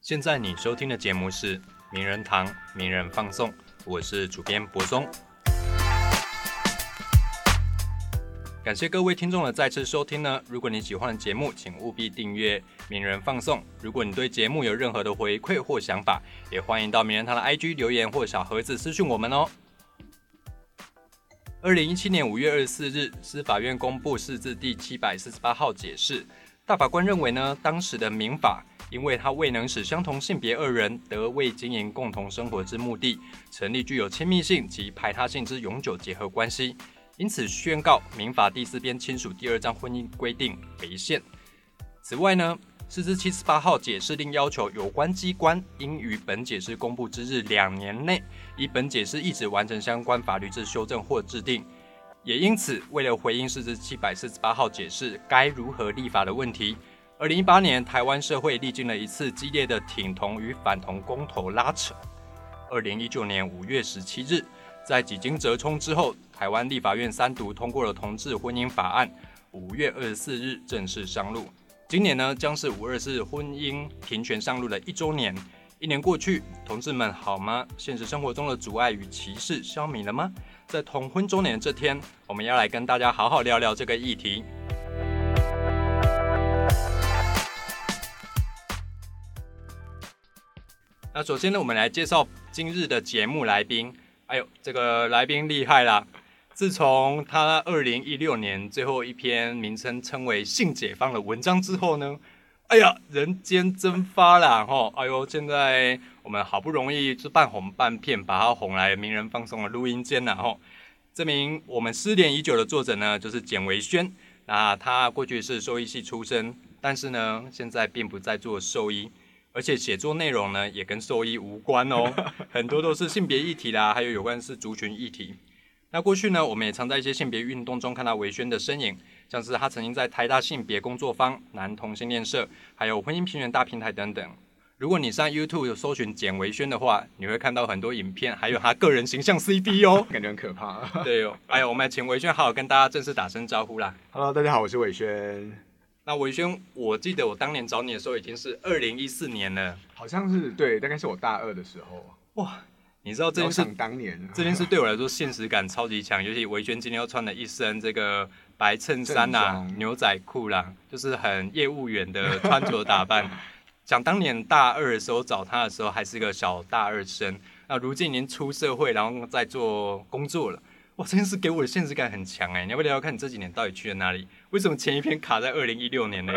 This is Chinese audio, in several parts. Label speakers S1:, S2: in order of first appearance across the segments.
S1: 现在你收听的节目是《名人堂名人放送》，我是主编柏松。感谢各位听众的再次收听呢。如果你喜欢节目，请务必订阅《名人放送》。如果你对节目有任何的回馈或想法，也欢迎到名人堂的 IG 留言或小盒子私讯我们哦。二零一七年五月二十四日，司法院公布释字第七百四十八号解释，大法官认为呢，当时的民法，因为它未能使相同性别二人得为经营共同生活之目的，成立具有亲密性及排他性之永久结合关系。因此宣告民法第四编亲属第二章婚姻规定违宪。此外呢，四至七十八号解释令要求有关机关应于本解释公布之日两年内，以本解释意旨完成相关法律之修正或制定。也因此，为了回应四至七百四十八号解释该如何立法的问题，二零一八年台湾社会历经了一次激烈的挺同与反同公投拉扯。二零一九年五月十七日，在几经折冲之后，台湾立法院三读通过了同志婚姻法案，五月二十四日正式上路。今年呢，将是五二四婚姻平权上路的一周年。一年过去，同志们好吗？现实生活中的阻碍与歧视消弭了吗？在同婚周年这天，我们要来跟大家好好聊聊这个议题。那首先呢，我们来介绍今日的节目来宾。哎呦，这个来宾厉害啦！自从他二零一六年最后一篇名称称为“性解放”的文章之后呢，哎呀，人间蒸发啦！吼，哎呦，现在我们好不容易就半哄半骗把他哄来名人放松的录音间啦！吼，这名我们失联已久的作者呢，就是简维轩。那他过去是兽医系出身，但是呢，现在并不在做兽医。而且写作内容呢也跟兽医无关哦，很多都是性别议题啦，还有有关是族群议题。那过去呢，我们也常在一些性别运动中看到维轩的身影，像是他曾经在台大性别工作坊、男同性恋社，还有婚姻平权大平台等等。如果你上 YouTube 搜寻简维轩的话，你会看到很多影片，还有他个人形象 CD 哦。
S2: 感觉很可怕。
S1: 对哦，哎呦，我们请维轩好好跟大家正式打声招呼啦。
S2: Hello，大家好，我是伟轩，
S1: 那维轩，我记得我当年找你的时候已经是二零一四年了。
S2: 好像是对，大概是我大二的时候，
S1: 你知道这
S2: 遥
S1: 件事
S2: 想当年，
S1: 这件事对我来说现实感超级强，尤其维轩今天又穿了一身这个白衬衫啦、
S2: 正装
S1: 牛仔裤啦，就是很业务员的穿着打扮。 想当年大二的时候找他的时候，还是个小大二生，那如今已经出社会，然后在做工作了。哇，这件事给我的现实感很强哎、你要不要聊聊看你这几年到底去了哪里？为什么前一篇卡在二零一六年呢？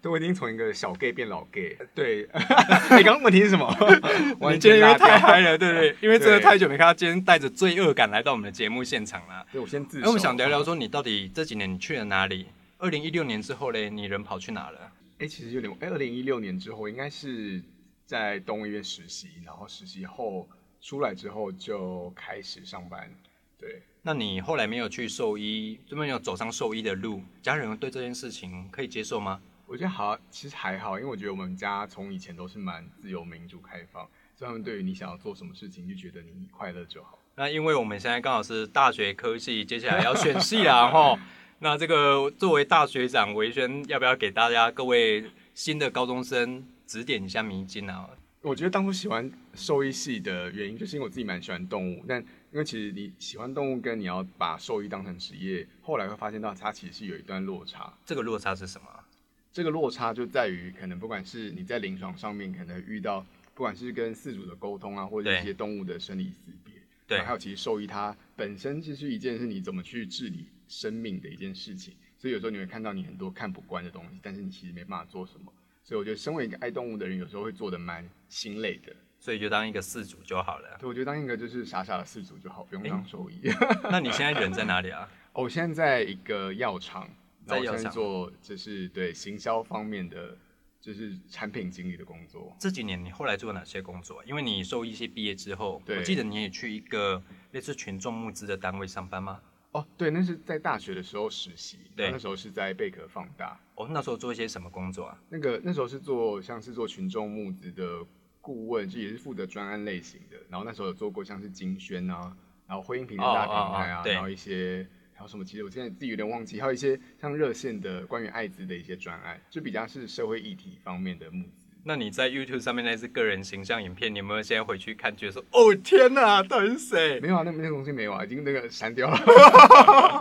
S2: 对我已经从一个小 gay 变老 gay。对， 你刚刚问题 是什么？
S1: 你
S2: 完
S1: 今
S2: 全
S1: 天因
S2: 拉
S1: 为太
S2: 掉。
S1: 嗨了，对不对？因为真的
S2: 对
S1: 太久没看到，今天带着罪恶感来到我们的节目现场啦。
S2: 对，我先自首。
S1: 那哎我们想聊聊，说，你到底这几年你去了哪里？二零一六年之后嘞，你人跑去哪了？
S2: 哎，其实有点，哎，二零一六年之后，应该是在动物医院实习，然后实习后出来之后就开始上班。对，
S1: 那你后来没有去兽医，就没有走上兽医的路，家人对这件事情可以接受吗？
S2: 我觉得好，其实还好，因为我觉得我们家从以前都是蛮自由、民主、开放，所以他们对于你想要做什么事情，就觉得你快乐就好。
S1: 那因为我们现在刚好是大学科系，接下来要选系啦 吼。那这个作为大学长维轩，要不要给大家各位新的高中生指点一下迷津啊？
S2: 我觉得当初喜欢兽医系的原因，就是因为我自己蛮喜欢动物，但因为其实你喜欢动物跟你要把兽医当成职业，后来会发现到它其实是有一段落差。
S1: 这个落差是什么？
S2: 这个落差就在于，可能不管是你在临床上面可能遇到，不管是跟饲主的沟通啊，或者
S1: 对
S2: 一些动物的生理识别，
S1: 对
S2: 然后还有其实兽医它本身就是一件是你怎么去治理生命的一件事情，所以有时候你会看到你很多看不惯的东西，但是你其实没办法做什么。所以我觉得，身为一个爱动物的人，有时候会做的蛮心累的。
S1: 所以就当一个饲主就好了。
S2: 对，我觉得当一个就是傻傻的饲主就好，不用
S1: 诶
S2: 当兽医。
S1: 那你现在人在哪里啊？
S2: 哦，我现在在一个药厂，
S1: 在
S2: 然后
S1: 药
S2: 我现在
S1: 厂
S2: 做就是对行销方面的，就是产品经理的工作。
S1: 这几年你后来做了哪些工作？因为你兽医系毕业之后，
S2: 对
S1: 我记得你也去一个类似群众募资的单位上班吗？
S2: 哦，对，那是在大学的时候实习，
S1: 对
S2: 然后那时候是在贝壳放大，
S1: 哦，那时候做一些什么工作啊？
S2: 那个那时候是做像是做群众募资的顾问，就也是负责专案类型的。然后那时候有做过像是金宣啊，然后婚姻平台大平台
S1: 哦哦哦，
S2: 啊
S1: 对
S2: 然后一些还有什么，其实我现在自己有点忘记，还有一些像热线的关于艾滋的一些专案，就比较是社会议题方面的募资。
S1: 那你在 YouTube 上面那些个人形象影片，你有没有现在回去看，觉得说，哦天哪，到底是谁
S2: 没有啊，那那个东西没有啊，已经那个 删掉了。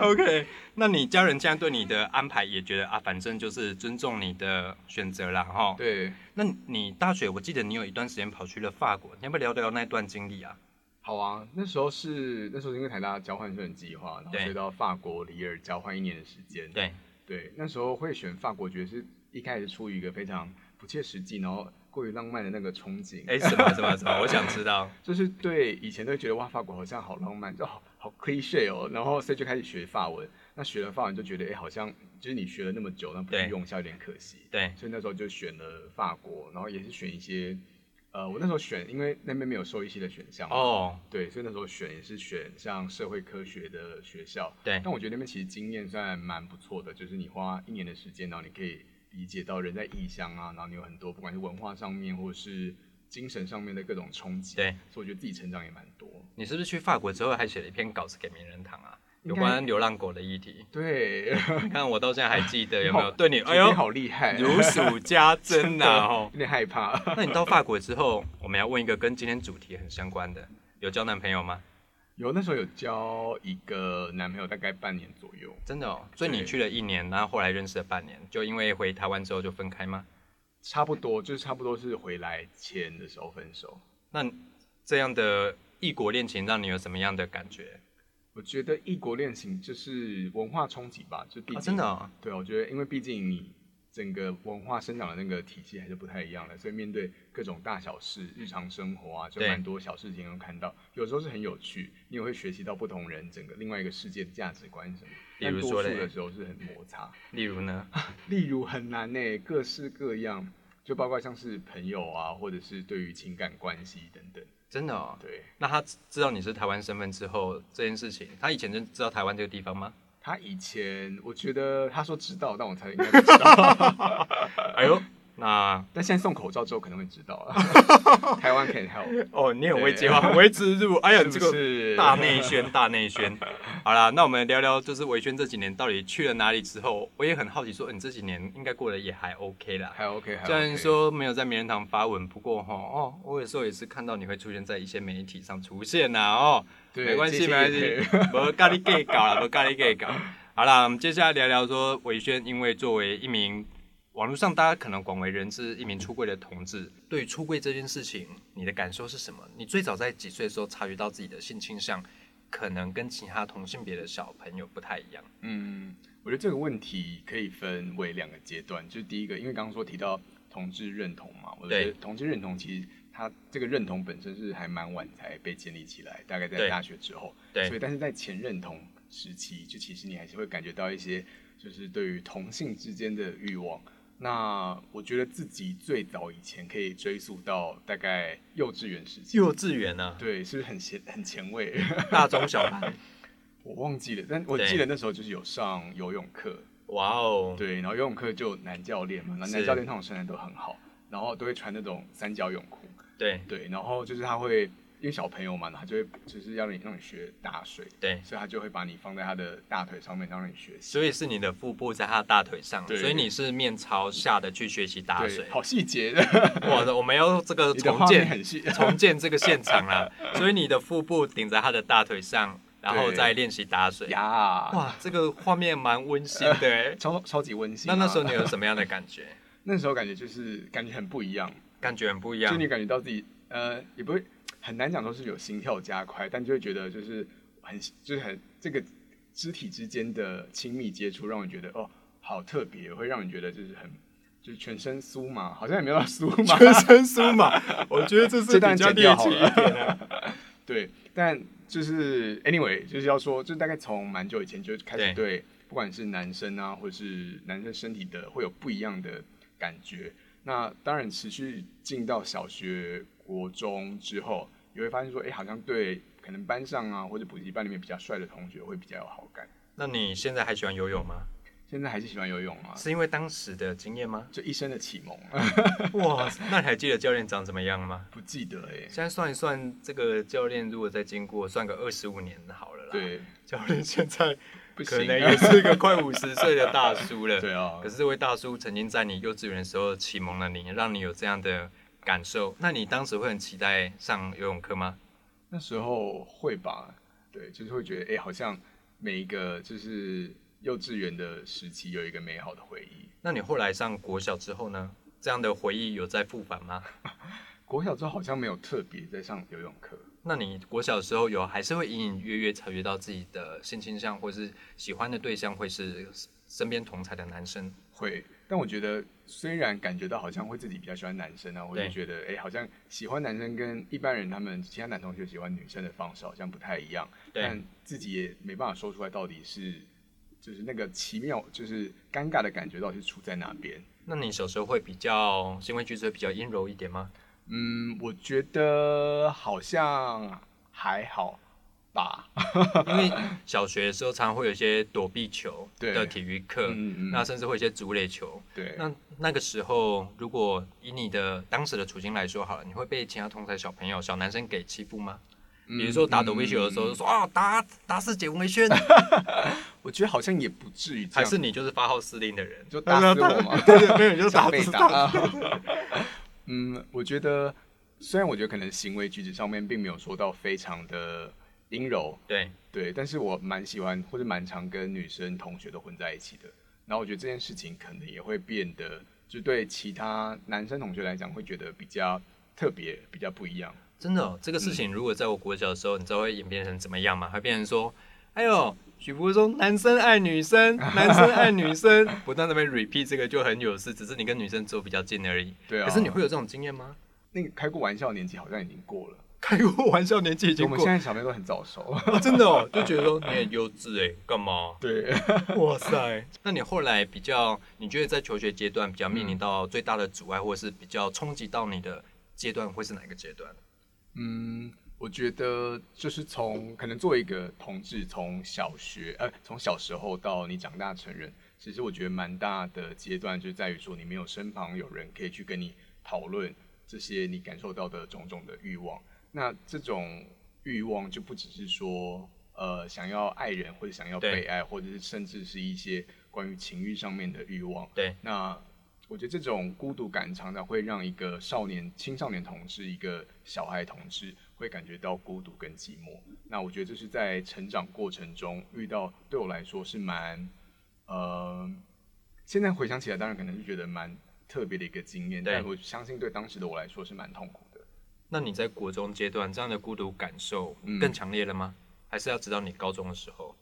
S1: ？OK，那 你家人现在对你的安排也觉得啊，反正就是尊重你的选择啦，哈。
S2: 对，
S1: 那你大学，我记得你有一段时间跑去了法国，你要不要聊聊那段经历啊？
S2: 好啊，那时候是那时候是因为台大交换生的计划，然后
S1: 对
S2: 所以到法国里尔交换一年的时间。
S1: 对，
S2: 对，那时候会选法国，觉得是一开始出于一个非常不切实际，然后过于浪漫的那个憧憬。
S1: 哎、什么什么什么，我想知道。
S2: 就是对以前都觉得哇，法国好像好浪漫，就好好 cliche 哦，然后所以就开始学法文。那学了法文就觉得，哎、好像就是你学了那么久，那不
S1: 对
S2: 去用一下有点可惜。
S1: 对，
S2: 所以那时候就选了法国，然后也是选一些，呃，我那时候选，因为那边没有兽医系的选项嘛，
S1: 哦，
S2: 对，所以那时候选也是选像社会科学的学校。
S1: 对
S2: 但我觉得那边其实经验算蛮不错的，就是你花一年的时间，然后你可以理解到人在异乡啊，然后你有很多不管是文化上面或是精神上面的各种冲击。
S1: 对，
S2: 所以我觉得自己成长也蛮多。
S1: 你是不是去法国之后还写了一篇稿子给名人堂啊？
S2: 应
S1: 有
S2: 该
S1: 关流浪狗的议 题，
S2: 对，
S1: 你看我到现在还记得有没有？
S2: 好
S1: 对你，哎哎呦
S2: 你，好厉害，
S1: 如 数家 珍呐、啊！哦，
S2: 有点害怕。
S1: 那你到法国之后，我们要问一个跟今天主题很相关的，有交男朋友吗？
S2: 有那时候有交一个男朋友，大概半年左右。
S1: 真的哦，所以你
S2: 对
S1: 去了一年，然后后来认识了半年，就因为回台湾之后就分开吗？
S2: 差不多，就是差不多是回来前的时候分手。
S1: 那这样的异国恋情让你有什么样的感觉？
S2: 我觉得异国恋情就是文化冲击吧，就毕竟、
S1: 啊，真的、哦，
S2: 对，我觉得因为毕竟你整个文化生长的那个体系还是不太一样的，所以面对各种大小事、日常生活啊，
S1: 嗯
S2: 就
S1: 对
S2: 蛮多小事情能看到，有时候是很有趣，你也会学习到不同人整个另外一个世界的价值观是什么。
S1: 比如
S2: 但多
S1: 说
S2: 数
S1: 嘞
S2: 的时候是很摩擦，
S1: 例如呢？
S2: 例如很难呢、各式各样，就包括像是朋友啊，或者是对于情感关系等等，
S1: 真的哦，
S2: 对。
S1: 那他知道你是台湾身份之后，这件事情，他以前就知道台湾这个地方吗？
S2: 他以前我觉得他说知道，但我猜应该不知道。
S1: 哎呦，那
S2: 但现在送口罩之后可能会知道了。 台湾 can help，
S1: 哦，你很会接话，很会植入。 哎呀，
S2: 是
S1: 这
S2: 不
S1: 个
S2: 是
S1: 大内 宣，大内宣。好啦，那我们聊聊，就是维轩这几年到底去了哪里之后，我也很好奇，说嗯你这几年应该过得也还 OK 啦。
S2: 还 OK，还 OK
S1: 虽然说没有在名人堂发文，不过哈哦，我有时候也是看到你会出现在一些媒体上出现呐、哦，
S2: 对
S1: 没关系，
S2: 谢
S1: 没
S2: 谢
S1: 关
S2: 也
S1: 系，不咖喱给搞啦，不咖喱给搞。好啦，我们接下来聊聊说维轩，因为作为一名网络上大家可能广为人知一名出柜的同志，对于出柜这件事情，你的感受是什么？你最早在几岁的时候察觉到自己的性倾向可能跟其他同性别的小朋友不太一样？
S2: 嗯，我觉得这个问题可以分为两个阶段，就是第一个，因为刚刚说提到同志认同嘛，我觉
S1: 对
S2: 得同志认同其实它这个认同本身是还蛮晚才被建立起来，大概
S1: 对
S2: 在大学之后，所以
S1: 对
S2: 但是在前认同时期，就其实你还是会感觉到一些就是对于同性之间的欲望。那我觉得自己最早以前可以追溯到大概幼稚园时期，
S1: 幼稚园呢、
S2: 对，是不是很前很前卫？
S1: 大中小 班，
S2: 我忘记了，但我
S1: 对
S2: 记得那时候就是有上游泳课，
S1: 哇哦，
S2: 对，然后游泳课就有男教练嘛，那
S1: 是
S2: 男教练那种身材都很好，然后都会穿那种三角泳裤，
S1: 对
S2: 对，然后就是他会因为小朋友嘛，他就会就是要你让你学打水，
S1: 对。
S2: 所以他就会把你放在他的大腿上面，让你学习。
S1: 所以是你的腹部在他的大腿上，
S2: 对
S1: 所以你是面朝下的去学习打
S2: 对
S1: 水。
S2: 好细 节的，
S1: 哇，我们要这个
S2: 你的
S1: 重
S2: 画面
S1: 建
S2: 很细。
S1: 重建这个现场啦，所以你的腹部顶在他的大腿上，然后
S2: 对
S1: 再练习打水。
S2: 呀，
S1: 哇，这个画面蛮温馨的欸。
S2: 超超级温馨
S1: 那
S2: 啊。
S1: 那时候你有什么样的感觉？
S2: 那时候感觉就是感觉很不一样，
S1: 感觉很不一
S2: 就
S1: 样
S2: 你。感觉到自己呃也不会很难讲说是有心跳加快，但就会觉得就是很就是很这个肢体之间的亲密接触，让你觉得哦好特别，会让你觉得就是很就是全身酥麻，好像也没有到酥麻，
S1: 身酥麻，我觉得这
S2: 这段剪掉好了
S1: 点啊的。
S2: 对，但就是 anyway，就是要说，就是大概从蛮久以前就开
S1: 对
S2: 始对，不管是男生啊，或是男生身体的，会有不一样的感觉。那当然，持续进到小学、国中之后，也会发现说，哎、好像对可能班上啊，或者补习班里面比较帅的同学会比较有好感。
S1: 那你现在还喜欢游泳吗？
S2: 现在还是喜欢游泳啊，？
S1: 是因为当时的经验吗
S2: 这一生的启蒙，啊
S1: 哇，那你还记得教练长怎么样吗？
S2: 不记得哎、
S1: 现在算一算，这个教练如果再经过算个二十五年好了啦。，
S2: 对，
S1: 教练现在
S2: 不
S1: 可
S2: 行。啊
S1: 能也是个快五十岁的大叔了。
S2: 对啊
S1: 可，是这位大叔曾经在你幼稚园的时候启蒙了你，让你有这样的感受。那你当时会很期待上游泳课吗？
S2: 那时候会吧，对，就是会觉得，哎、好像每一个就是幼稚园的时期有一个美好的回忆。
S1: 那你后来上国小之后呢？这样的回忆有在复返吗？
S2: 国小之后好像没有特别在上游泳课，
S1: 那你国小的时候有还是会隐隐约约察觉到自己的性倾向，或是喜欢的对象会是身边同才的男生？
S2: 会，但我觉得虽然感觉到好像会自己比较喜欢男生啊，我就
S1: 对
S2: 觉得哎、诶好像喜欢男生跟一般人他们其他男同学喜欢女生的方式好像不太一样，
S1: 对
S2: 但自己也没办法说出来到底是就是那个奇妙就是尴尬的感觉到底是处在哪边。
S1: 那你小时候会比较行为举止会比较阴柔一点 吗？
S2: 嗯，我觉得好像还好吧。
S1: 因为小学的时候常常会有一些躲避球
S2: 对
S1: 的体育课，
S2: 嗯嗯嗯
S1: 那甚至会有一些竹垒球。
S2: 对，
S1: 那那个时候，如果以你的当时的处境来说好了，你会被其他同才小朋友、小男生给欺负吗？比如说打躲避球的时候，就
S2: 嗯
S1: 说啊打打死简文 轩，
S2: 我觉得好像也不至于这
S1: 还
S2: 样，
S1: 是你就是发号施令的 人？
S2: 就打死我嘛。
S1: 对对，没有 你就
S2: 想被打。 嗯，我觉得虽然我觉得可能行为举止上面并没有说到非常的阴柔，
S1: 对，
S2: 对，但是我蛮喜欢或者蛮常跟女生同学都混在一起的。然后我觉得这件事情可能也会变得，就对其他男生同学来讲会觉得比较特别，比较不一样。
S1: 真的、哦，这个事情如果在我国小的时候，你知道会演变成怎么样吗？会变成说，哎呦，许福说男生爱女 生，男生爱女生， 不断在那边 repeat 这个就很有事，只是你跟女生走比较近而已。啊
S2: 对啊，
S1: 可是你会有这种经验吗？
S2: 那个开过玩笑的年纪好像已经过了，
S1: 开过玩笑，年纪已经
S2: 我们现
S1: 过，
S2: 在小朋友都很早熟。
S1: 哦 真的哦，就觉得说你很幼稚 哎，干嘛？
S2: 对，
S1: 哇塞！那你后来比较，你觉得在求学阶段比较面临到最大的阻碍，或者是比较冲击到你的阶段，会是哪个阶段？
S2: 嗯，我觉得就是从可能作为一个同志，从小学呃，从小时候到你长大成人，其实我觉得蛮大的阶段就在于说，你没有身旁有人可以去跟你讨论这些你感受到的种种的欲望。那这种欲望就不只是说呃想要爱人，或者想要
S1: 对
S2: 被爱，或者是甚至是一些关于情欲上面的欲望。
S1: 对，
S2: 那我觉得这种孤独感常常会让一个少年、青少年同志、一个小孩同志会感觉到孤独跟寂寞。那我觉得这是在成长过程中遇到，对我来说是蛮，呃，现在回想起来，当然可能是觉得蛮特别的一个经验，
S1: 对
S2: 但我相信对当时的我来说是蛮痛苦的。
S1: 那你在国中阶段这样的孤独感受
S2: 嗯
S1: 更强烈了吗？还是要直到你高中的时候？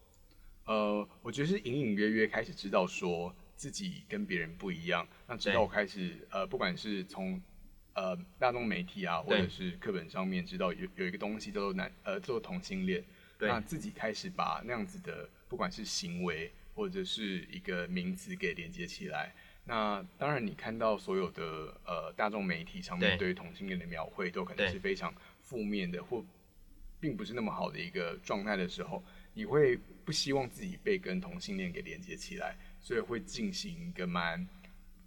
S2: 呃，我觉得是隐隐约约开始知道说自己跟别人不一样。那直到
S1: 对
S2: 我开始呃，不管是从呃大众媒体啊，或
S1: 对
S2: 者是课本上面知道有有一个东西叫做男呃叫做同性恋，
S1: 对
S2: 那自己开始把那样子的呃不管是行为或者是一个名词给连接起来。那当然，你看到所有的呃大众媒体上面
S1: 对
S2: 对于同性恋的描绘，都可能
S1: 对
S2: 是非常负面的或并不是那么好的一个状态的时候，你会不希望自己被跟同性恋给连接起来，所以会进行一个蛮、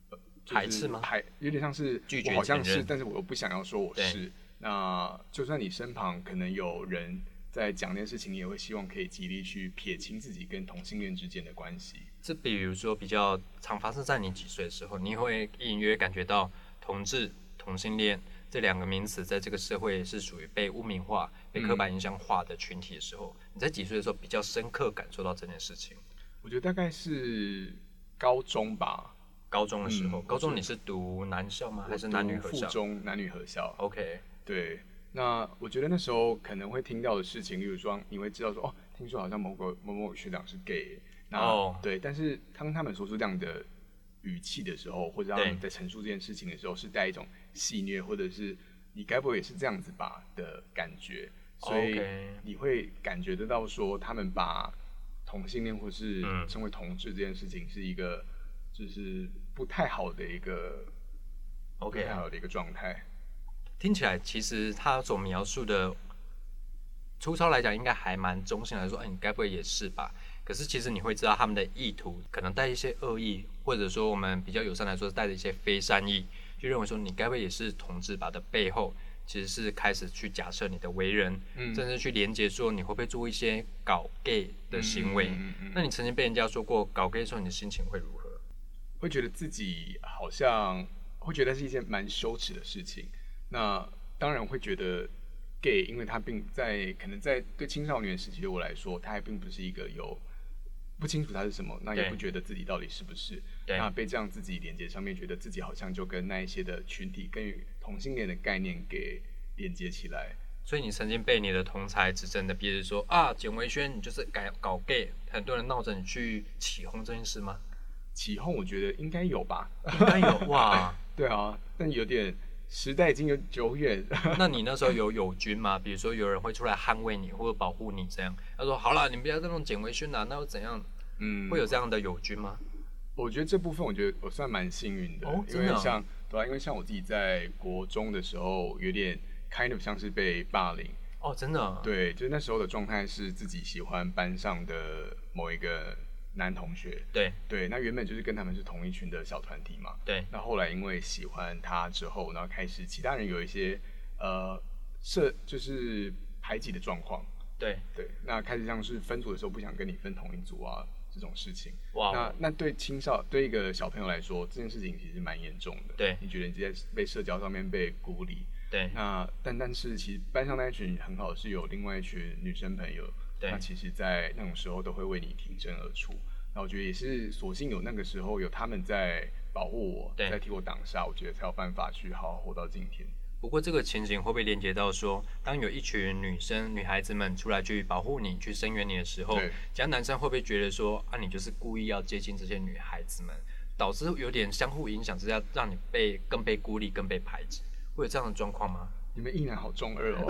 S2: 呃就是
S1: 排斥吗
S2: 排有点像是
S1: 拒绝
S2: 我好像
S1: 承
S2: 是，
S1: 认
S2: 但是我又不想要说我是。那就算你身旁可能有人在讲这件事情，你也会希望可以极力去撇清自己跟同性恋之间的关系。
S1: 这比如说比较常发生在你几岁的时候，你会隐约感觉到同志、同性恋这两个名词在这个社会是属于被污名化、被刻
S2: 嗯
S1: 板印象化的群体的时候，你在几岁的时候比较深刻感受到这件事情？
S2: 我觉得大概是高中吧，
S1: 高中的时候，
S2: 嗯
S1: 高中你是读男校吗？还是
S2: 我
S1: 男
S2: 读
S1: 女合
S2: 附
S1: 校
S2: 中男女合校。
S1: ？OK，
S2: 对，那我觉得那时候可能会听到的事情，例如说你会知道说，哦，听说好像某个某某学长是 gay，然后、
S1: 哦
S2: 对，但是当他们说出这样的语气的时候，或者他们
S1: 对
S2: 在陈述这件事情的时候，是带一种戏谑，或者是你该不会也是这样子吧的感觉，所以
S1: OK
S2: 你会感觉得到说，他们把同性恋或是
S1: 嗯
S2: 称为同志这件事情是一个就是不太好的一个
S1: OK
S2: 不太好的一个状态。
S1: 听起来其实他所描述的，粗糙来讲应该还蛮中性来说，哎，你该不会也是吧？可是其实你会知道他们的意图，可能带一些恶意，或者说我们比较友善来说带着一些非善意，就认为说你该不会也是同志吧的背后，其实是开始去假设你的为人，
S2: 嗯
S1: 甚至去连接说你会不会做一些搞 gay 的行为。
S2: 嗯嗯嗯嗯
S1: 那你曾经被人家说过搞 gay 的时候，你的心情会如何？
S2: 会觉得自己好像会觉得是一件蛮羞耻的事情。那当然会觉得 gay，因为他并在可能在对青少年时期的我来说，他还并不是一个有不清楚他是什么，那也
S1: 对
S2: 不觉得自己到底是不是。
S1: 对
S2: 那被这样自己连接上面，觉得自己好像就跟那一些的群体，跟同性恋的概念给连接起来。
S1: 所以你曾经被你的同才指正的毕业说啊，简维轩你就是搞搞 gay，很多人闹着你去起哄这件事吗？
S2: 起哄，我觉得应该有吧？
S1: 应该有 哇。
S2: 对啊，但有点时代已经有久远，
S1: 那你那时候有友军吗？比如说有人会出来捍卫你或者保护你这样？他说好啦，你不要再弄简维轩啦，那又怎样？
S2: 嗯，
S1: 会有这样的友军吗？
S2: 我觉得这部分，我觉得我算蛮幸运的，
S1: 哦
S2: 因
S1: 真
S2: 为
S1: 的啊
S2: 像对啊，因为像我自己在国中的时候，有点 kind of 像是被霸凌，
S1: 哦，真的啊，
S2: 对，就是那时候的状态是自己喜欢班上的某一个男同学，
S1: 对
S2: 对，那原本就是跟他们是同一群的小团体嘛，
S1: 对
S2: 那后来因为喜欢他之后，然后开始其他人有一些呃社就是排挤的状况，
S1: 对，
S2: 对，那开始像是分组的时候不想跟你分同一组啊这种事情。
S1: 哇
S2: 那，那对青少对一个小朋友来说，这件事情其实蛮严重的。
S1: 对
S2: 你觉得你在被社交上面被孤立，
S1: 对
S2: 那但但是其实班上那一群很好，是有另外一群女生朋友，
S1: 对
S2: 那其实，在那种时候都会为你挺身而出。那我觉得也是，所幸有那个时候有他们在保护我，
S1: 对
S2: 在替我挡下，我觉得才有办法去好好活到今天。
S1: 不过这个情景会不会连接到说，当有一群女生、女孩子们出来去保护你、去声援你的时候
S2: 对，
S1: 其他男生会不会觉得说，啊，你就是故意要接近这些女孩子们，导致有点相互影响之下，让你被更被孤立、更被排挤，会有这样的状况 吗？
S2: 你们一男好中二哦，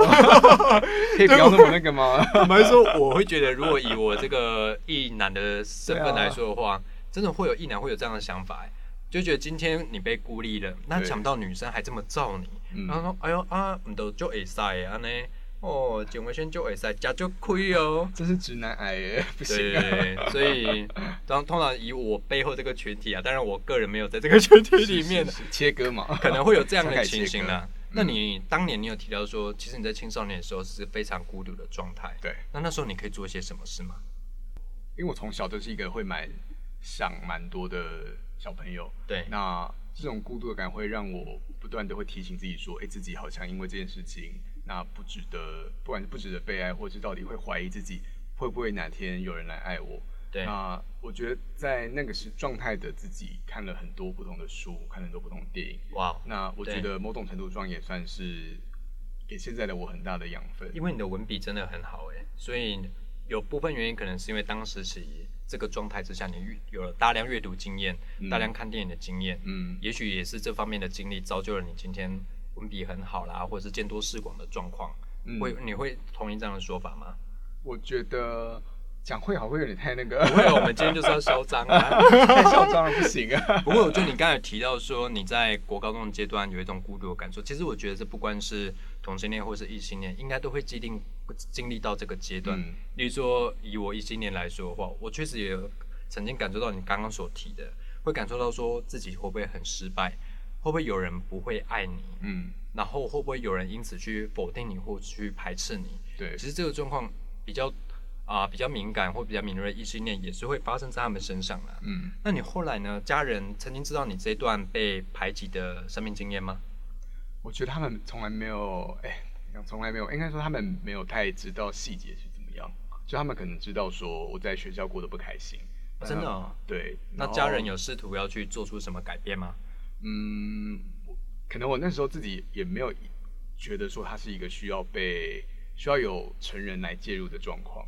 S2: 可以不要那么那个吗？
S1: 坦白说，我会觉得，如果以我这个异男的身份来说的话，真的会有异男会有这样的想法欸，就觉得今天你被孤立了，那
S2: 对
S1: 想不到女生还这么罩你，
S2: 嗯
S1: 然后说，哎呦啊，唔都就会使啊呢，哦，警卫轩就会使，假就亏哦。
S2: 这是直男癌耶，不行、啊。
S1: 对对对，所以当通常以我背后这个群体啊，当然我个人没有在这个群体 里面
S2: 是是是切割嘛，
S1: 可能会有这样 的情形啊
S2: 了。
S1: 啦。那你当年你有提到说，其实你在青少年的时候是非常孤独的状态，
S2: 对，
S1: 那那时候你可以做一些什么事吗？
S2: 因为我从小就是一个会蛮想蛮多的小朋友，
S1: 对，
S2: 那这种孤独感会让我不断的会提醒自己说，哎、自己好像因为这件事情，那不值得，不管是不值得被爱，或是到底会怀疑自己会不会哪天有人来爱我。
S1: 对，
S2: 那我觉得在那个时状态的自己，看了很多不同的书，看了很多不同的电影。
S1: 哇，
S2: 那我觉
S1: 对
S2: 得某种程度上也算是给现在的我很大的养分。
S1: 因为你的文笔真的很好哎，所以有部分原因可能是因为当时起这个状态之下，你阅有了大量阅读经验，
S2: 嗯
S1: 大量看电影的经验，
S2: 嗯，
S1: 也许也是这方面的经历造就了你今天文笔很好啦，或者是见多识广的状况。
S2: 嗯
S1: 会你会同意这样的说法吗？
S2: 我觉得讲会好会有点太那个，
S1: 不会啊，我们今天就是要嚣张啊！
S2: 太嚣张了，不行啊。
S1: 不过，我觉得你刚才提到说你在国高中的阶段有一种孤独的感受，其实我觉得这不管是同性恋或是异性恋，应该都会既定经历到这个阶段。
S2: 嗯
S1: 例如说，以我异性恋来说的话，我确实也有曾经感受到你刚刚所提的，会感受到说自己会不会很失败，会不会有人不会爱你，
S2: 嗯，
S1: 然后会不会有人因此去否定你或去排斥你。
S2: 对
S1: 其，实这个状况比较啊、比较敏感或比较敏锐，异性恋也是会发生在他们身上啦。
S2: 嗯，
S1: 那你后来呢？家人曾经知道你这一段被排挤的生命经验吗？
S2: 我觉得他们从来没有，哎、从来没有，应该说他们没有太知道细节是怎么样，就他们可能知道说我在学校过得不开心，
S1: 哦真的、
S2: 然后
S1: 哦？
S2: 对，
S1: 那
S2: 然后
S1: 家人，有试图要去做出什么改变吗？
S2: 嗯，我可能我那时候自己也没有觉得说它是一个需要被需要有成人来介入的状况，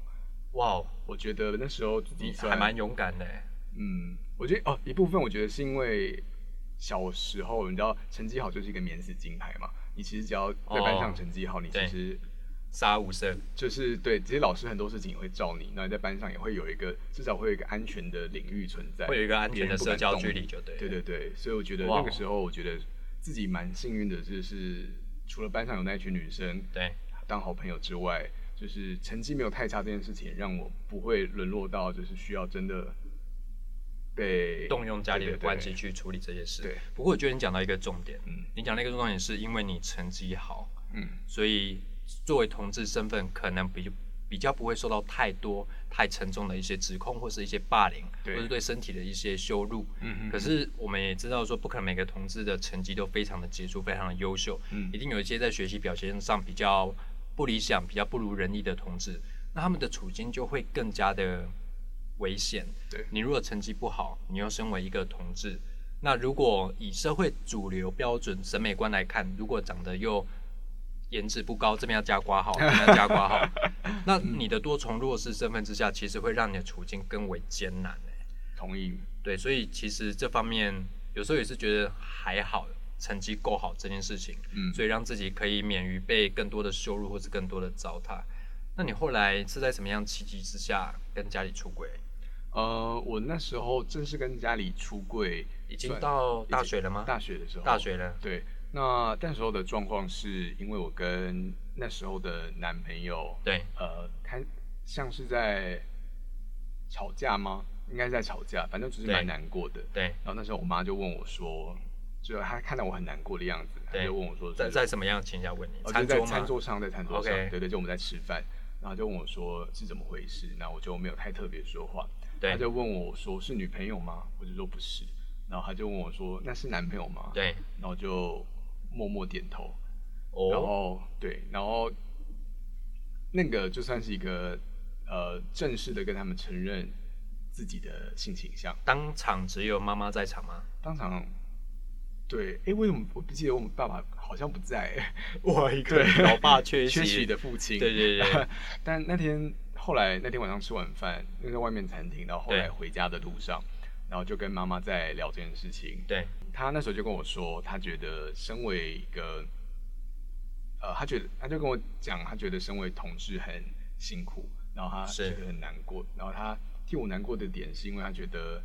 S1: 哇哦，
S2: 我觉得那时候自己
S1: 你
S2: 算
S1: 嗯还蛮勇敢的欸。
S2: 嗯，我觉得哦，一部分我觉得是因为小时候你知道成绩好就是一个免死金牌嘛，你其实只要在班上
S1: 哦
S2: 成绩好，你其
S1: 对
S2: 实
S1: 杀无赦，
S2: 就是对，其实老师很多事情也会照你，那你在班上也会有一个至少会有一个安全的领域存在，
S1: 会有一个安
S2: 别
S1: 全的
S2: 人不
S1: 社
S2: 敢
S1: 交
S2: 动
S1: 距
S2: 你
S1: 离，就对。
S2: 对对。对，所以我觉得
S1: 哇
S2: 那个时候，我觉得自己蛮幸运的，就是除了班上有那一群女生
S1: 对，
S2: 当好朋友之外，就是成绩没有太差这件事情，让我不会沦落到就是需要真的被
S1: 动用家里的
S2: 对对对
S1: 关系去处理这些事。
S2: 对
S1: 不过我觉得你讲到一个重点，
S2: 嗯
S1: 你讲那个重点是因为你成绩好，
S2: 嗯，
S1: 所以作为同志身份，可能比比较不会受到太多太沉重的一些指控，或是一些霸凌，
S2: 对
S1: 或是对身体的一些羞辱。
S2: 嗯哼
S1: 可是我们也知道说，不可能每个同志的成绩都非常的杰出，非常的优秀，
S2: 嗯
S1: 一定有一些在学习表现上比较不理想、比较不如人意的同志，那他们的处境就会更加的危险。
S2: 对
S1: 你如果成绩不好，你又身为一个同志，那如果以社会主流标准审美观来看，如果长得又颜值不高，这边要加挂号，那边要加挂 号，那
S2: 嗯
S1: 你的多重弱势身份之下，其实会让你的处境更为艰难、欸
S2: 同意。
S1: 对，所以其实这方面有时候也是觉得还好，成绩够好这件事情，
S2: 嗯
S1: 所以让自己可以免于被更多的羞辱或是更多的糟蹋。那你后来是在什么样契机之下跟家里出轨？
S2: 呃，我那时候正式跟家里出柜，
S1: 已经
S2: 算
S1: 到
S2: 已
S1: 大
S2: 经
S1: 学了吗？
S2: 啊大学的时候，
S1: 大学了，
S2: 对。那那时候的状况是因为我跟那时候的男朋友，
S1: 对，
S2: 呃，他像是在吵架吗？应该是在吵架，反正就是
S1: 对
S2: 蛮难过的。
S1: 对，
S2: 然后那时候我妈就问我说，就她看到我很难过的样子，她
S1: 对
S2: 就问我说，
S1: 在
S2: 就是
S1: 在什么样的情况下问你？
S2: 哦，就
S1: 餐
S2: 是在
S1: 桌吗？
S2: 餐桌上，在餐桌上
S1: OK
S2: 对对，就我们在吃饭，然后就问我说是怎么回事，那我就没有太特别说话，他
S1: 对
S2: 就问我说是女朋友吗？我就说不是，然后他就问我说那是男朋友吗？，
S1: 对，
S2: 然后就默默点头，然
S1: 哦，
S2: 后对，然后那个就算是一个呃正式的跟他们承认自己的性倾向，
S1: 当场只有妈妈在场吗？
S2: 当场。对，哎，为什么我不记得我们爸爸好像不 在？我一个
S1: 老爸缺席
S2: 缺席的父亲，
S1: 对对对，
S2: 但那天后来那天晚上吃晚饭，那在外面餐厅，然后后来
S1: 对
S2: 回家的路上，然后就跟妈妈在聊这件事情。
S1: 对，
S2: 她那时候就跟我说，她觉得身为一个，呃，她觉得她就跟我讲，她觉得身为同志很辛苦，然后她
S1: 是
S2: 觉得很难过，然后她替我难过的点是因为她觉得。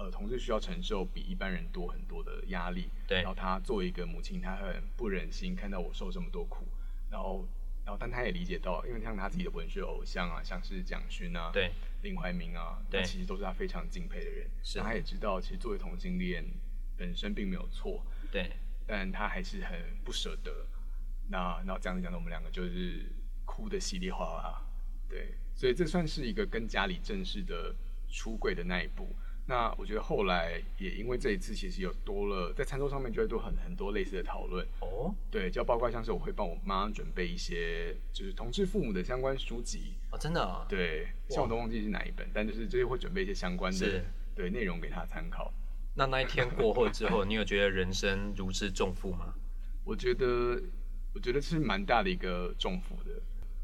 S2: 呃，同志需要承受比一般人多很多的压力，
S1: 对
S2: 然后她作为一个母亲，她很不忍心看到我受这么多苦，然后，然后但他也理解到，因为像他自己的文学偶像啊，像是蒋勋啊，，
S1: 对，
S2: 林怀民啊，
S1: 对
S2: 那其实都是他非常敬佩的人。
S1: 是
S2: 那他也知道，其实作为同性恋本身并没有错，
S1: 对，
S2: 但他还是很不舍得。那那这样子讲的，我们两个就是哭的稀里哗啦。对，所以这算是一个跟家里正式的出柜的那一步。那我觉得后来也因为这一次，其实有多了在餐桌上面就会多很很多类似的讨论。
S1: 哦，
S2: 对，就包括像是我会帮我妈准备一些就是同志父母的相关书籍，
S1: 哦，真的啊，
S2: 对，像我都忘记是哪一本，但就是就是会准备一些相关的
S1: 是
S2: 对内容给她参考。
S1: 那那一天过后之后，你有觉得人生如释重负吗？
S2: 我觉得我觉得是蛮大的一个重负的，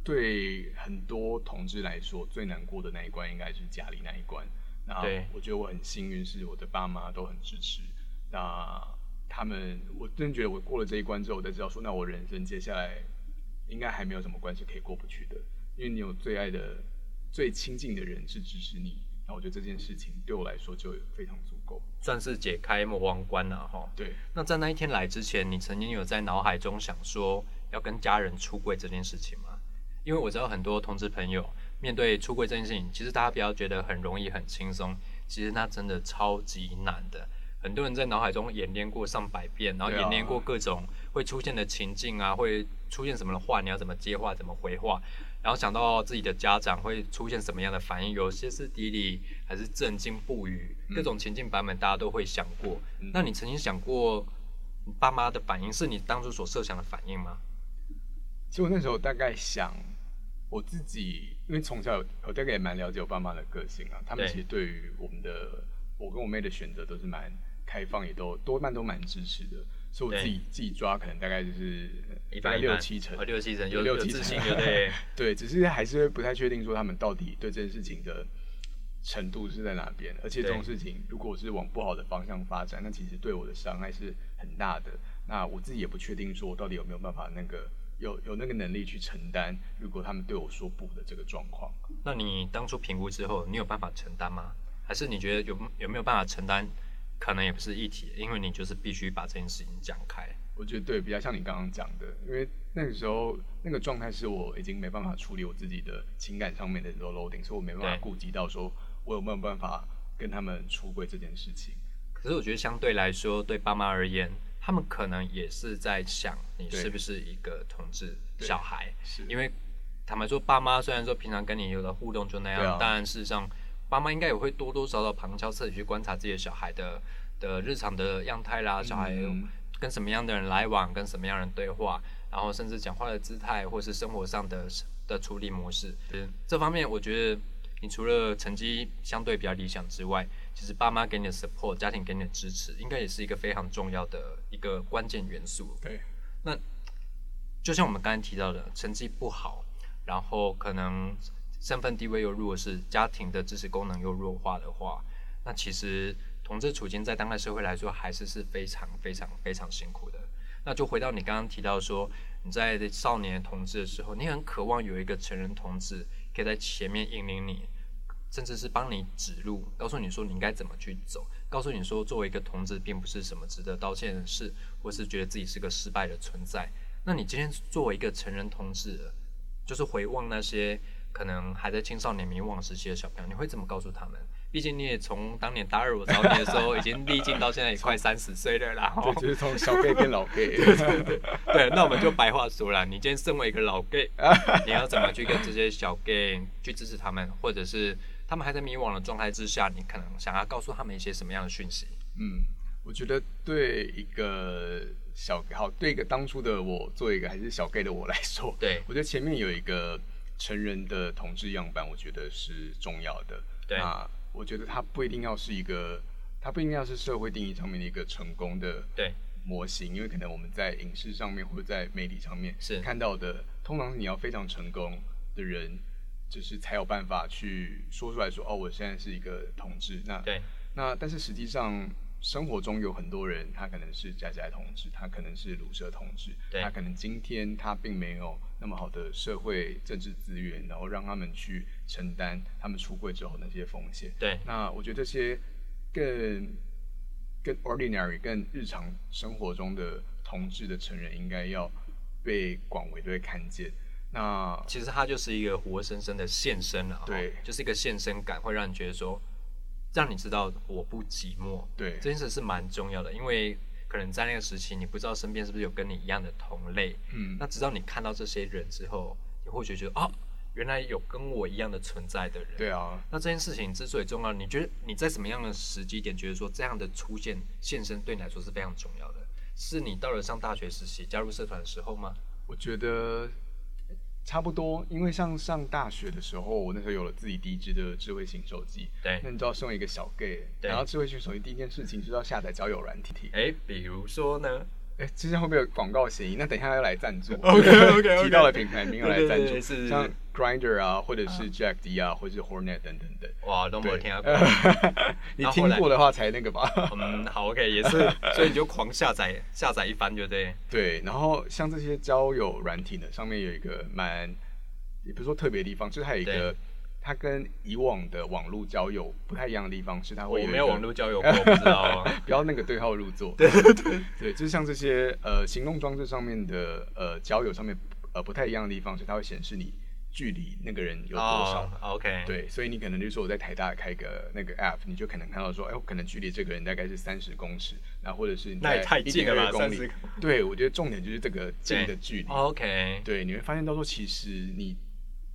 S2: 对很多同志来说，最难过的那一关应该是家里那一关。那
S1: 对
S2: 我觉得我很幸运，是我的爸妈都很支持。那他们，我真的觉得我过了这一关之后，我才知道说，那我人生接下来应该还没有什么关系可以过不去的，因为你有最爱的、最亲近的人是支持你。那我觉得这件事情对我来说就非常足够。
S1: 算是解开魔王关了哈。
S2: 对，
S1: 那在那一天来之前，你曾经有在脑海中想说要跟家人出柜这件事情吗？因为我知道很多同志朋友面对出柜这件事情，其实大家不要觉得很容易、很轻松，其实那真的超级难的。很多人在脑海中演练过上百遍，然后
S2: 对啊
S1: 演练过各种会出现的情境啊，会出现什么的话，你要怎么接话、怎么回话，然后想到自己的家长会出现什么样的反应，有些是敌理，还是震惊不语，
S2: 嗯
S1: 各种情境版本大家都会想过。
S2: 嗯
S1: 那你曾经想过你爸妈的反应是你当初所设想的反应吗？
S2: 其实我那时候大概想，我自己因为从小有我大概也蛮了解我爸妈的个性啊，他们
S1: 对
S2: 其实对于我们的我跟我妹的选择都是蛮开放，也都多半都蛮支持的，所以我
S1: 对
S2: 自己自己抓可能大概就是
S1: 一
S2: 大概
S1: 般
S2: 六七成
S1: 哦，，六七成，有
S2: 六
S1: 有
S2: 七
S1: 自信，
S2: 成
S1: 对不对？
S2: 对，只是还是会不太确定说他们到底对这件事情的程度是在哪边，而且这种
S1: 对
S2: 事情如果是往不好的方向发展，那其实对我的伤害是很大的。那我自己也不确定说我到底有没有办法那个有有那个能力去承担，如果他们对我说不的这个状况。
S1: 那你当初评估之后，你有办法承担吗？还是你觉得有有没有办法承担？可能也不是一体，因为你就是必须把这件事情讲开。
S2: 我觉得对，比较像你刚刚讲的，因为那个时候那个状态是我已经没办法处理我自己的情感上面的 low loading，所以我没办法
S1: 对
S2: 顾及到说我有没有办法跟他们出轨这件事情。
S1: 可是我觉得相对来说，对爸妈而言，他们可能也是在想你
S2: 对
S1: 是不是一个同志
S2: 对
S1: 小孩，
S2: 是
S1: 因为坦白说，爸妈虽然说平常跟你有的互动就那
S2: 对
S1: 样，
S2: 啊
S1: 当然事实上，爸妈应该也会多多少少旁敲侧击去观察自己的小孩的的日常的样态啦，小孩
S2: 嗯
S1: 跟什么样的人来往，跟什么样的人对话，然后甚至讲话的姿态，或是生活上的的处理模式。就是这方面，我觉得你除了成绩相对比较理想之外，其实爸妈给你的 support，家庭给你的支持，应该也是一个非常重要的一个关键元素。
S2: 对，
S1: 就像我们刚才提到的，成绩不好，然后可能身份地位又弱势，家庭的支持功能又弱化的话，那其实同志处境在当代社会来说，还是是非常非常非常辛苦的。那就回到你刚刚提到说，你在少年同志的时候，你很渴望有一个成人同志可以在前面引领你，甚至是帮你指路，告诉你说你应该怎么去走，告诉你说作为一个同志并不是什么值得道歉的事，或是觉得自己是个失败的存在。那你今天作为一个成人同志了，就是回望那些可能还在青少年迷惘时期的小朋友，你会怎么告诉他们？毕竟你也从当年打耳我找你的时候，已经历经到现在也快三十岁了啦。吼
S2: 对，就是从小 gay 变老 gay，
S1: 对，那我们就白话说了，你今天身为一个老 gay，你要怎么去跟这些小 gay 去支持他们，或者是他们还在迷惘的状态之下，你可能想要告诉他们一些什么样的讯息？
S2: 嗯，我觉得对一个小好，对一个当初的我，作为一个还是小 gay 的我来说，
S1: 对
S2: 我觉得前面有一个成人的同志样板，我觉得是重要的。
S1: 对
S2: 啊，我觉得它不一定要是一个，它不一定要是社会定义上面的一个成功的
S1: 对
S2: 模型，因为可能我们在影视上面或者在媒体上面
S1: 是
S2: 看到的，通常你要非常成功的人，就是才有办法去说出来说，哦，我现在是一个同志。那
S1: 对
S2: 那但是实际上，生活中有很多人，他可能是家家同志，他可能是乳蛇同志，
S1: 对
S2: 他可能今天他并没有那么好的社会政治资源，然后让他们去承担他们出柜之后那些风险。
S1: 对
S2: 那我觉得这些更更 ordinary、更日常生活中的同志的成人，应该要被广为对看见。那
S1: 其实它就是一个活生生的现身了，吼
S2: 对
S1: 就是一个现身感，会让你觉得说，让你知道我不寂寞，
S2: 对
S1: 这件事是蛮重要的，因为可能在那个时期，你不知道身边是不是有跟你一样的同类，
S2: 嗯
S1: 那直到你看到这些人之后，你或许觉得哦，原来有跟我一样的存在的人。
S2: 对啊，
S1: 那这件事情之所以重要，你觉得你在什么样的时机点觉得说这样的出现现身对你来说是非常重要的？是你到了上大学时期加入社团的时候吗？
S2: 我觉得差不多，因为像上大学的时候，我那时候有了自己第一支的智慧型手机。
S1: 对
S2: 那你知道，身为一个小 gay，
S1: 对
S2: 然后智慧型手机第一件事情就是要下载交友软体。
S1: 哎，比如说呢？
S2: 哎，之前会不会有广告嫌疑？那等一下要来赞助。
S1: OK，OK，OK
S2: 提到了品牌名要来赞
S1: 对对
S2: 助，
S1: 对是是
S2: 像 Grinder 啊，或者是 Jack D 啊，或者是 Hornet 等等等。
S1: 哇，都没有
S2: 对
S1: 听 到过。
S2: 你
S1: 然后后
S2: 听
S1: 来
S2: 过的话才那个吧。
S1: 嗯，好，OK，也 是，所以你就狂下载下载一番，对不对？
S2: 对，然后像这些交友软体呢，上面有一个蛮，也不是说特别的地方，就是它有一个
S1: 对，
S2: 它跟以往的网络交友不太一样的地方是，它
S1: 我
S2: 会一
S1: 没有
S2: 个
S1: 网络交友过，不知道啊。
S2: 不要那个对号入座。对对对，就是像这些呃行动装置上面的呃交友上面呃不太一样的地方是，它会显示你距离那个人 有多少。
S1: 哦，OK，，
S2: 对，所以你可能就是说我在台大开个那个 app，你就可能看到说，哎、我可能距离这个人大概是三十公尺，然后或者是你
S1: 那也
S2: 在
S1: 太近了吧
S2: 1.2公里哦
S1: 30。
S2: 对，我觉得重点就是这个近的
S1: 哦
S2: 距离。
S1: OK，
S2: 对，你会发现到时候其实你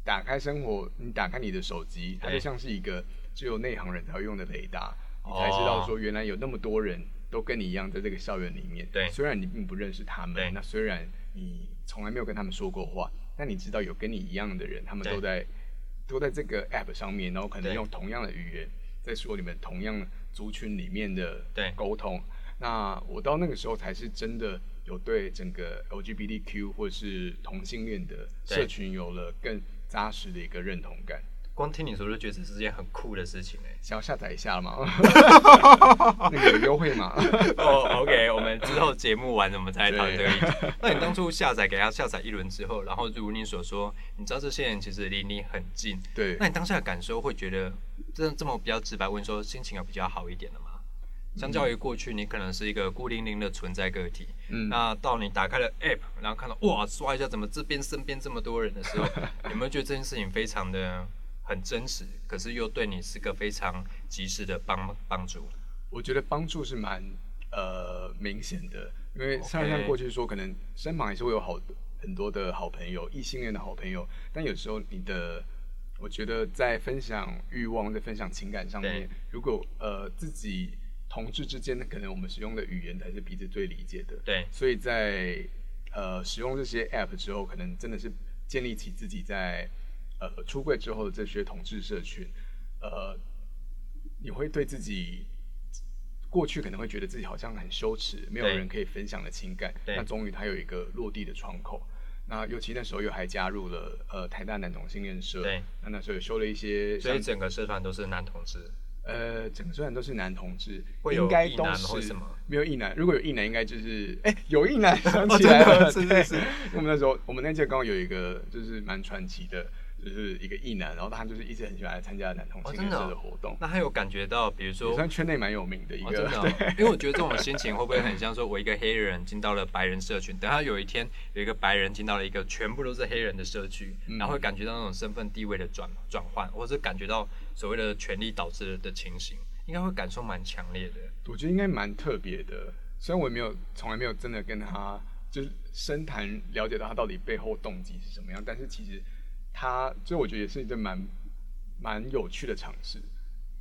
S2: 打开生活，你打开你的手机，它就
S1: 对
S2: 像是一个只有内行人才会用的雷达，你才知
S1: 哦
S2: 道说原来有那么多人都跟你一样在这个校园里面。
S1: 对
S2: 虽然你并不认识他
S1: 对
S2: 们，那虽然你从来没有跟他们说过话，但你知道有跟你一样的人，他们
S1: 对
S2: 都在都在这个 app 上面，然后可能
S1: 对
S2: 用同样的语言在说你们同样族群里面的
S1: 对
S2: 沟通。那我到那个时候才是真的有对整个 LGBTQ 或是同性恋的社群有了更扎实的一个认同感。
S1: 光听你说就觉得这是件很酷的事情哎、
S2: 想要下载一下吗？ 那个有优惠吗？
S1: 哦、o k 我们之后节目完了我们再来讨论这
S2: 对
S1: 个议题。 那你当初下载给他下载一轮之后，然后如你所说，你知道这些人其实离你很近，
S2: 对
S1: 那，你当下的感受会觉得，这这么比较直白问说，心情有比较好一点了吗？相较于过去，你可能是一个孤零零的存在个体，
S2: 嗯，
S1: 那到你打开了 App，然后看到哇，刷一下怎么这边身边这么多人的时候，有没有觉得这件事情非常的很真实，可是又对你是个非常及时的帮帮助？
S2: 我觉得帮助是蛮呃明显的，因为像像
S1: OK
S2: 过去说，可能身旁也是会有好很多的好朋友，异性恋的好朋友，但有时候你的，我觉得在分享欲望、在分享情感上面
S1: 对，
S2: 如果呃自己同志之间，可能我们使用的语言才是彼此最理解的，
S1: 对，
S2: 所以在呃使用这些 App 之后，可能真的是建立起自己在呃出柜之后的这些同志社群，呃，你会对自己过去可能会觉得自己好像很羞耻，没有
S1: 对
S2: 人可以分享的情感，
S1: 对
S2: 那终于它有一个落地的窗口。那尤其那时候又还加入了呃台大男同性恋社，
S1: 对，
S2: 那那时候也修了一些
S1: 所以
S2: 像，
S1: 整个社团都是男同志，
S2: 呃，整个虽然都是男同志，
S1: 会有
S2: 应该
S1: 异
S2: 都
S1: 男或
S2: 是
S1: 什么
S2: 没有异男，如果有异男，应该就是哎、有异男 想起来了，
S1: 哦真的
S2: 对
S1: 是是是
S2: 我们那时候，我们那届刚好有一个就是蛮传奇的，就是一个异男，然后他就是一直很喜欢来参加男同
S1: 哦
S2: 性
S1: 真
S2: 恋
S1: 的
S2: 社
S1: 哦
S2: 的活动，
S1: 那还有感觉到，比如
S2: 也
S1: 说
S2: 算圈内蛮有名的一
S1: 哦，真
S2: 个。
S1: 的哦、因为我觉得这种心情会不会很像说，我一个黑人进到了白人社群，等他有一天有一个白人进到了一个全部都是黑人的社区，
S2: 嗯
S1: 然后会感觉到那种身份地位的转转换，或是感觉到所谓的权力导致的情形，应该会感受蛮强烈的。
S2: 我觉得应该蛮特别的。虽然我也没有从来没有真的跟他就是深谈，了解到他到底背后动机是什么样，但是其实他，所以我觉得也是一件蛮蛮有趣的尝试。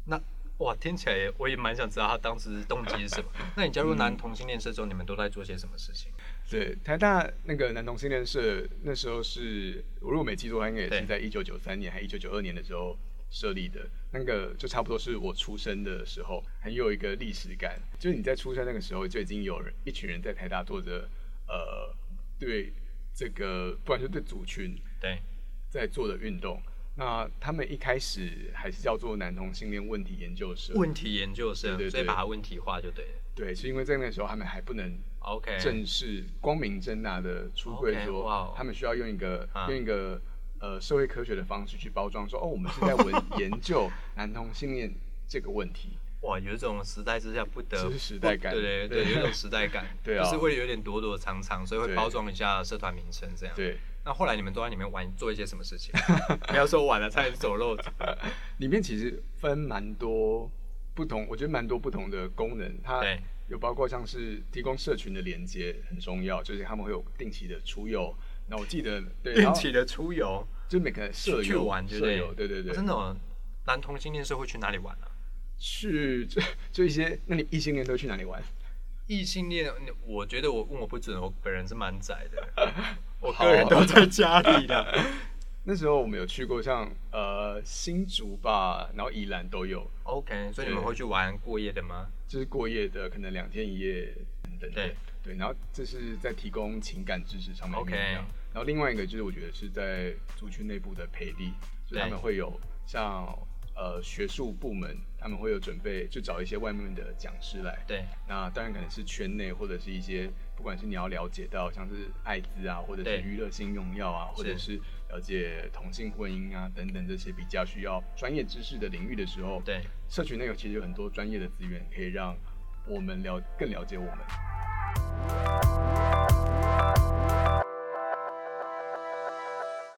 S1: 那哇，听起来也我也蛮想知道他当时动机是什么。那你加入男同性恋社之后，你们都在做些什么事情？
S2: 对，台大那个男同性恋社那时候是，我如果没记错，他应该也
S1: 对
S2: 是在一九九三年还一九九二年的时候设立的。那个就差不多是我出生的时候，很有一个历史感。就是你在出生那个时候，就已经有人一群人在台大做着，呃，对这个不管是对族群
S1: 对，
S2: 在做的运动。那他们一开始还是叫做男同性恋问题研究社，
S1: 问题研究
S2: 对
S1: 生，
S2: 对对
S1: 所以把它问题化就对了。
S2: 对，是因为在那个时候他们还不能
S1: OK，
S2: 正式光明正大的出柜
S1: OK，
S2: 说
S1: 哇哦
S2: 他们需要用一个、
S1: 啊
S2: 用一个呃社会科学的方式去包装说，哦，我们是在文研 究男同性恋这个问题。
S1: 哇，有一种时代之下不得
S2: 这是时代感
S1: 不对对对，
S2: 对
S1: 有一种时代感，
S2: 对啊
S1: 就是为了有点躲躲藏藏，所以会
S2: 对
S1: 包装一下社团名称这样。，
S2: 对，
S1: 那后来你们都在里面玩做一些什么事情？ 不要说玩了，差点走漏。
S2: 里面其实分蛮多不同，我觉得蛮多不同的功能，它
S1: 对
S2: 有包括像是提供社群的连接很重要，就是他们会有定期的出游。那我记得对，然
S1: 定
S2: 后
S1: 期的出游
S2: 就是每个
S1: 去
S2: 舍
S1: 去
S2: 友
S1: 玩，对不
S2: 舍
S1: 对？
S2: 友，对对对，
S1: 真的哦，男同性恋社会去哪里玩啊？
S2: 去 就就一些，那你异性恋都去哪里玩？
S1: 异性恋，我觉得我问我不准，我本人是蛮宅的， 我个人
S2: 啊
S1: 都在家里的。
S2: 那时候我们有去过像呃新竹吧，然后宜兰都有，
S1: OK，所以你们
S2: 对
S1: 会去玩过夜的吗？
S2: 就是过夜的，可能两天一夜等等的。
S1: 对
S2: 对，然后这是在提供情感支持上面的
S1: OK
S2: 力量然后另外一个就是我觉得是在族群内部的培力，就是他
S1: 对
S2: 们会有像呃学术部门，他们会有准备就找一些外面的讲师来。
S1: 对，
S2: 那当然可能是圈内或者是一些，不管是你要了解到像是艾滋啊，或者
S1: 对
S2: 是娱乐性用药啊，或者是了解同性婚姻啊等等这些比较需要专业知识的领域的时候，
S1: 对。
S2: 社群内有其实有很多专业的资源可以让我们了更了解我们。